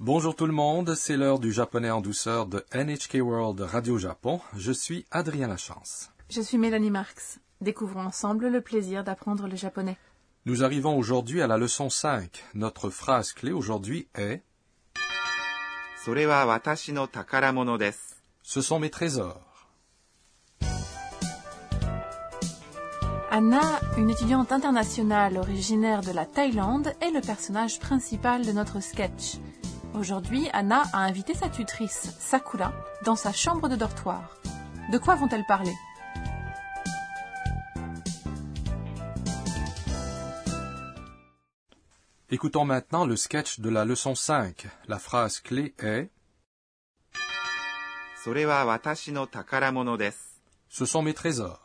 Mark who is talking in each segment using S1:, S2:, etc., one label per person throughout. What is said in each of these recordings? S1: Bonjour tout le monde, c'est l'heure du japonais en douceur de NHK World Radio Japon. Je suis Adrien Lachance.
S2: Je suis Mélanie Marx. Découvrons ensemble le plaisir d'apprendre le japonais.
S1: Nous arrivons aujourd'hui à la leçon 5. Notre phrase clé aujourd'hui est
S3: それは私の宝物です。
S1: Ce sont mes trésors.
S2: Anna, une étudiante internationale originaire de la Thaïlande, est le personnage principal de notre sketch. Aujourd'hui, Anna a invité sa tutrice, Sakura, dans sa chambre de dortoir. De quoi vont-elles parler
S1: Écoutons maintenant le sketch de la leçon 5. La phrase clé est
S3: それは私の宝物です。
S1: Ce sont mes trésors.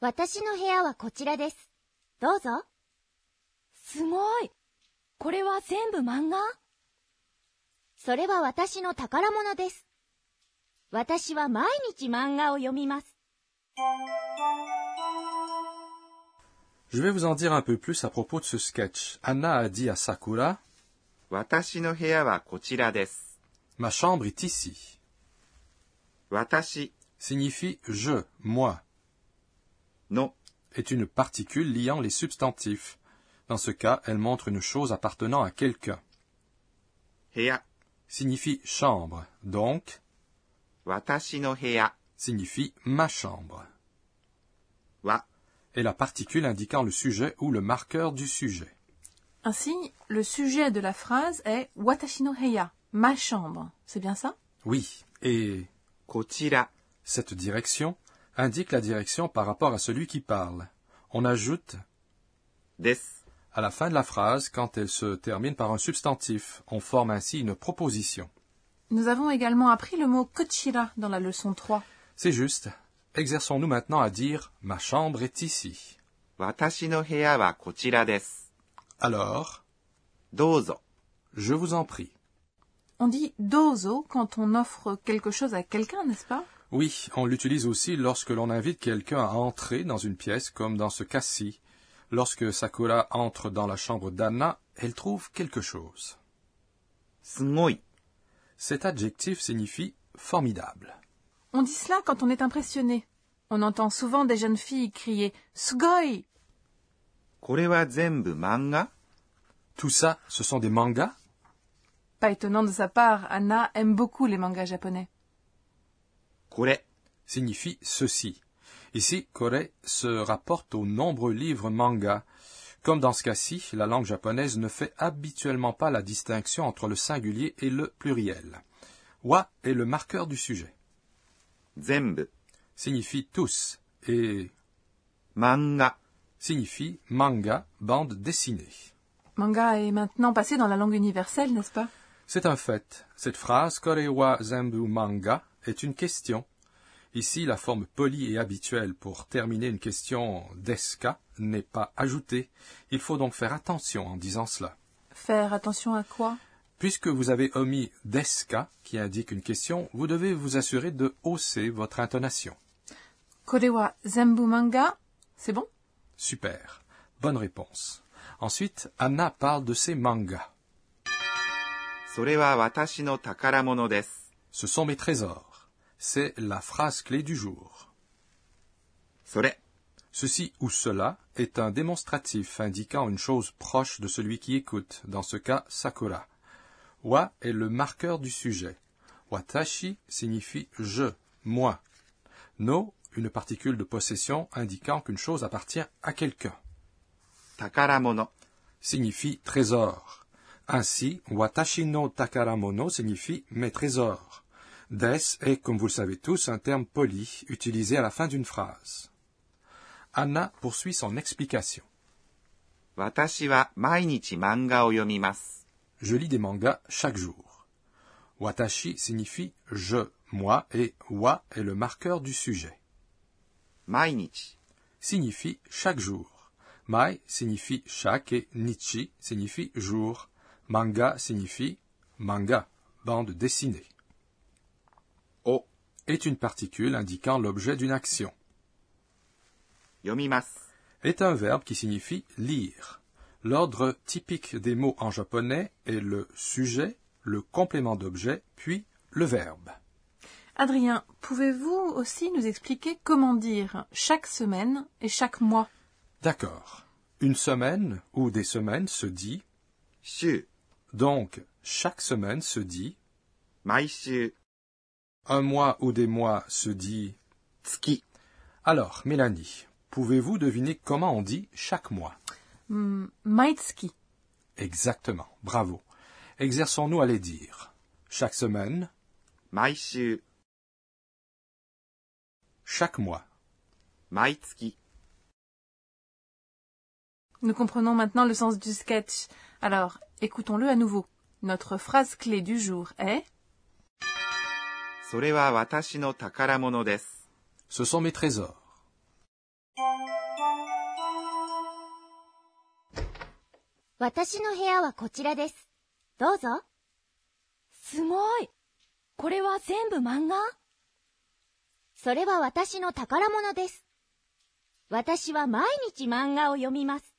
S4: 私の部屋はこちらです。どうぞ。すごい。これは全部漫画それは私の宝物です。私は毎日漫画を読みます。
S1: Je vais vous en dire un peu plus à propos de ce sketch. Anna a dit à Sakura
S3: 私の部屋はこちらです。
S1: Ma chambre est ici.
S3: 私
S1: Signifie je, moi,
S3: の
S1: est une particule liant les substantifs. Dans ce cas, elle montre une chose appartenant à quelqu'un.
S3: 部屋、
S1: Signifie chambre, donc
S3: 私の部屋
S1: signifie ma chambre,
S3: は
S1: est la particule indiquant le sujet ou le marqueur du sujet.
S2: Ainsi, le sujet de la phrase est Watashi no heya, ma chambre. C'est bien ça
S1: Oui, et
S3: こちら
S1: cette direction indique la direction par rapport à celui qui parle. On ajoute
S3: です。
S1: à la fin de la phrase quand elle se termine par un substantif. On forme ainsi une proposition.
S2: Nous avons également appris le mot kochira dans la leçon 3.
S1: C'est juste. Exerçons-nous maintenant à dire ma chambre est ici.
S3: 私の部屋はこちらです。
S1: Alors,
S3: どうぞ。
S1: je vous en prie.
S2: On dit dozo quand on offre quelque chose à quelqu'un, n'est-ce pas
S1: Oui, on l'utilise aussi lorsque l'on invite quelqu'un à entrer dans une pièce, comme dans ce cas-ci. Lorsque Sakura entre dans la chambre d'Anna, elle trouve quelque chose.
S3: すごい。
S1: Cet adjectif signifie formidable.
S2: On dit cela quand on est impressionné. On entend souvent des jeunes filles crier Sugoi
S3: これは全部漫画
S1: Tout ça, ce sont des mangas
S2: Pas étonnant de sa part, Anna aime beaucoup les mangas japonais.
S3: これ、
S1: signifie ceci. Ici, kore se rapporte aux nombreux livres mangas. Comme dans ce cas-ci, la langue japonaise ne fait habituellement pas la distinction entre le singulier et le pluriel. Wa est le marqueur du sujet,
S3: 全部、
S1: signifie tous, et
S3: 漫画、
S1: signifie manga, bande dessinée.
S2: Manga est maintenant passé dans la langue universelle, n'est-ce pas
S1: C'est un fait. Cette phrase Korewa Zembu Manga est une question. Ici, la forme polie et habituelle pour terminer une question d'eska n'est pas ajoutée. Il faut donc faire attention en disant cela.
S2: Faire attention à quoi
S1: Puisque vous avez omis deska qui indique une question, vous devez vous assurer de hausser votre intonation.
S2: Korewa zembu manga C'est bon
S1: Super. Bonne réponse. Ensuite, Anna parle de ses mangas.
S3: それは私の宝物です。
S1: Ce sont mes trésors. C'est la phrase clé du jour.
S3: それ、
S1: Ceci ou cela est un démonstratif indiquant une chose proche de celui qui écoute, dans ce cas Sakura. Wa est le marqueur du sujet. Watashi signifie je, moi. No, une particule de possession indiquant qu'une chose appartient à quelqu'un,
S3: 宝物、
S1: signifie trésor. Ainsi, watashi no takaramono signifie mes trésors. Des est, comme vous le savez tous, un terme poli utilisé à la fin d'une phrase. Anna poursuit son explication.
S3: 私は毎日漫画を読みます。
S1: Je lis des mangas chaque jour. Watashi signifie je, moi, et wa est le marqueur du sujet.
S3: 毎日、
S1: Signifie chaque jour. Mai signifie chaque et nichi signifie jour. Manga signifie manga, bande dessinée.
S3: を
S1: Est une particule indiquant l'objet d'une action.
S3: 読みます。
S1: est un verbe qui signifie lire. L'ordre typique des mots en japonais est le sujet, le complément d'objet, puis le verbe.
S2: Adrien, pouvez-vous aussi nous expliquer comment dire chaque semaine et chaque mois
S1: D'accord. Une semaine ou des semaines se dit,
S3: 週、
S1: donc chaque semaine se dit,
S3: 毎週、
S1: un mois ou des mois se dit.
S3: 月、
S1: Alors, Mélanie, pouvez-vous deviner comment on dit chaque mois
S2: Hmm, Maitsuki.
S1: Exactement, bravo. Exerçons-nous à les dire. Chaque semaine,
S3: 毎週、
S1: chaque mois.
S3: 毎月、
S2: Nous comprenons maintenant le sens du sketch. Alors, écoutons-le à nouveau. Notre phrase clé du jour est
S3: それは私の宝物です。
S1: Ce sont mes trésors.
S4: 「私の部屋はこちらです」どうぞすごいこれは全部漫画それは私の宝物です私は毎日漫画を読みます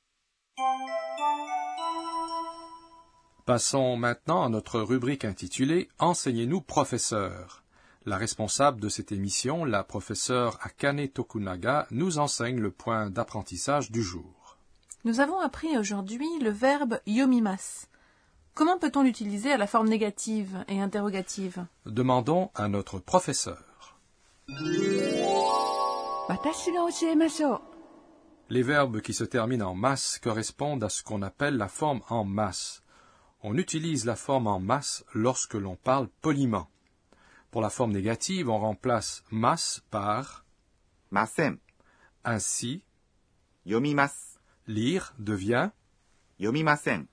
S1: Passons maintenant à notre rubrique intitulée Enseignez-nous, professeur. La responsable de cette émission, la professeure Akane Tokunaga, nous enseigne le point d'apprentissage du jour.
S2: Nous avons appris aujourd'hui le verbe yomimas. Comment peut-on l'utiliser à la forme négative et interrogative
S1: Demandons à notre professeur.
S5: 私が教えましょう
S1: Les verbes qui se terminent en masse correspondent à ce qu'on appelle la forme en masse. On utilise la forme en masse lorsque l'on parle poliment. Pour la forme négative, on remplace masse par
S3: ません。
S1: ainsi,
S3: 読みます。
S1: lire devient.
S3: 読みません。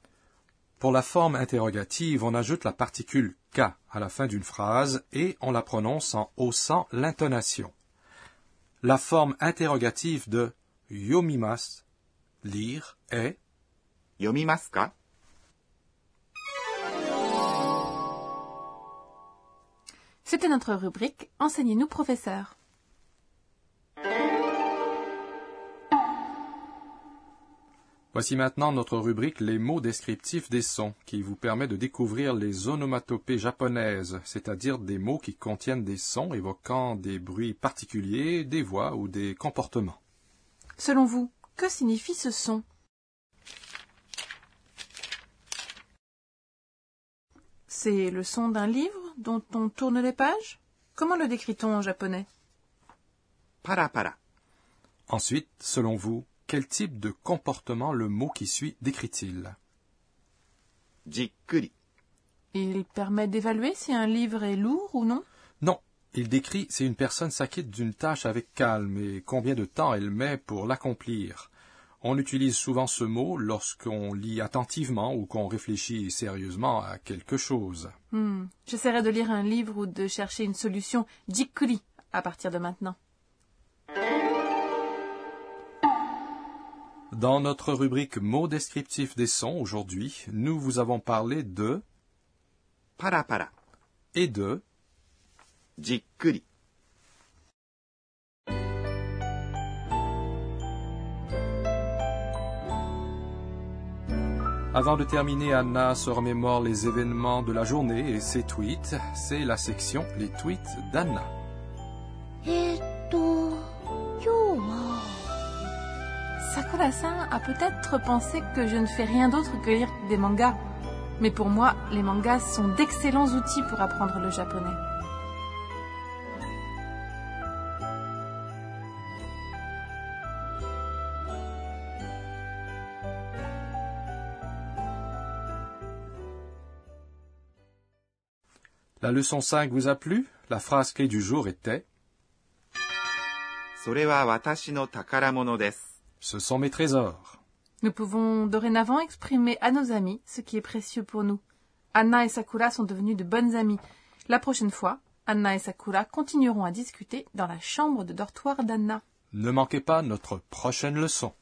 S1: Pour la forme interrogative, on ajoute la particule k à la fin d'une phrase et on la prononce en haussant l'intonation. La forme interrogative de yomimas, lire, est
S3: 読みますか
S2: C'était notre rubrique Enseignez-nous, professeur.
S1: Voici maintenant notre rubrique Les mots descriptifs des sons, qui vous permet de découvrir les onomatopées japonaises, c'est-à-dire des mots qui contiennent des sons évoquant des bruits particuliers, des voix ou des comportements.
S2: Selon vous, que signifie ce son C'est le son d'un livre dont on tourne les pages Comment le décrit-on en japonais
S3: パラパラ。
S1: Ensuite, selon vous, quel type de comportement le mot qui suit décrit-il
S3: じっくり。
S2: Il permet d'évaluer si un livre est lourd ou non
S1: Non, il décrit si une personne s'acquitte d'une tâche avec calme et combien de temps elle met pour l'accomplir. On utilise souvent ce mot lorsqu'on lit attentivement ou qu'on réfléchit sérieusement à quelque chose.
S2: Hmm, J'essaierai de lire un livre ou de chercher une solution jikuri à partir de maintenant.
S1: Dans notre rubrique mots descriptifs des sons aujourd'hui, nous vous avons parlé de
S3: パラパラ。
S1: et de.
S3: じっくり。
S1: Avant de terminer, Anna se remémore les événements de la journée et ses tweets. C'est la section les tweets d'Anna.
S4: えっと今日は
S2: Sakura-san a peut-être pensé que je ne fais rien d'autre que lire des mangas. Mais pour moi, les mangas sont d'excellents outils pour apprendre le japonais.
S1: La leçon 5 vous a plu La phrase clé du jour était
S3: それは私の宝物です。
S1: Ce sont mes trésors.
S2: Nous pouvons dorénavant exprimer à nos amis ce qui est précieux pour nous. Anna et Sakura sont devenues de bonnes amies. La prochaine fois, Anna et Sakura continueront à discuter dans la chambre de dortoir d'Anna.
S1: Ne manquez pas notre prochaine leçon.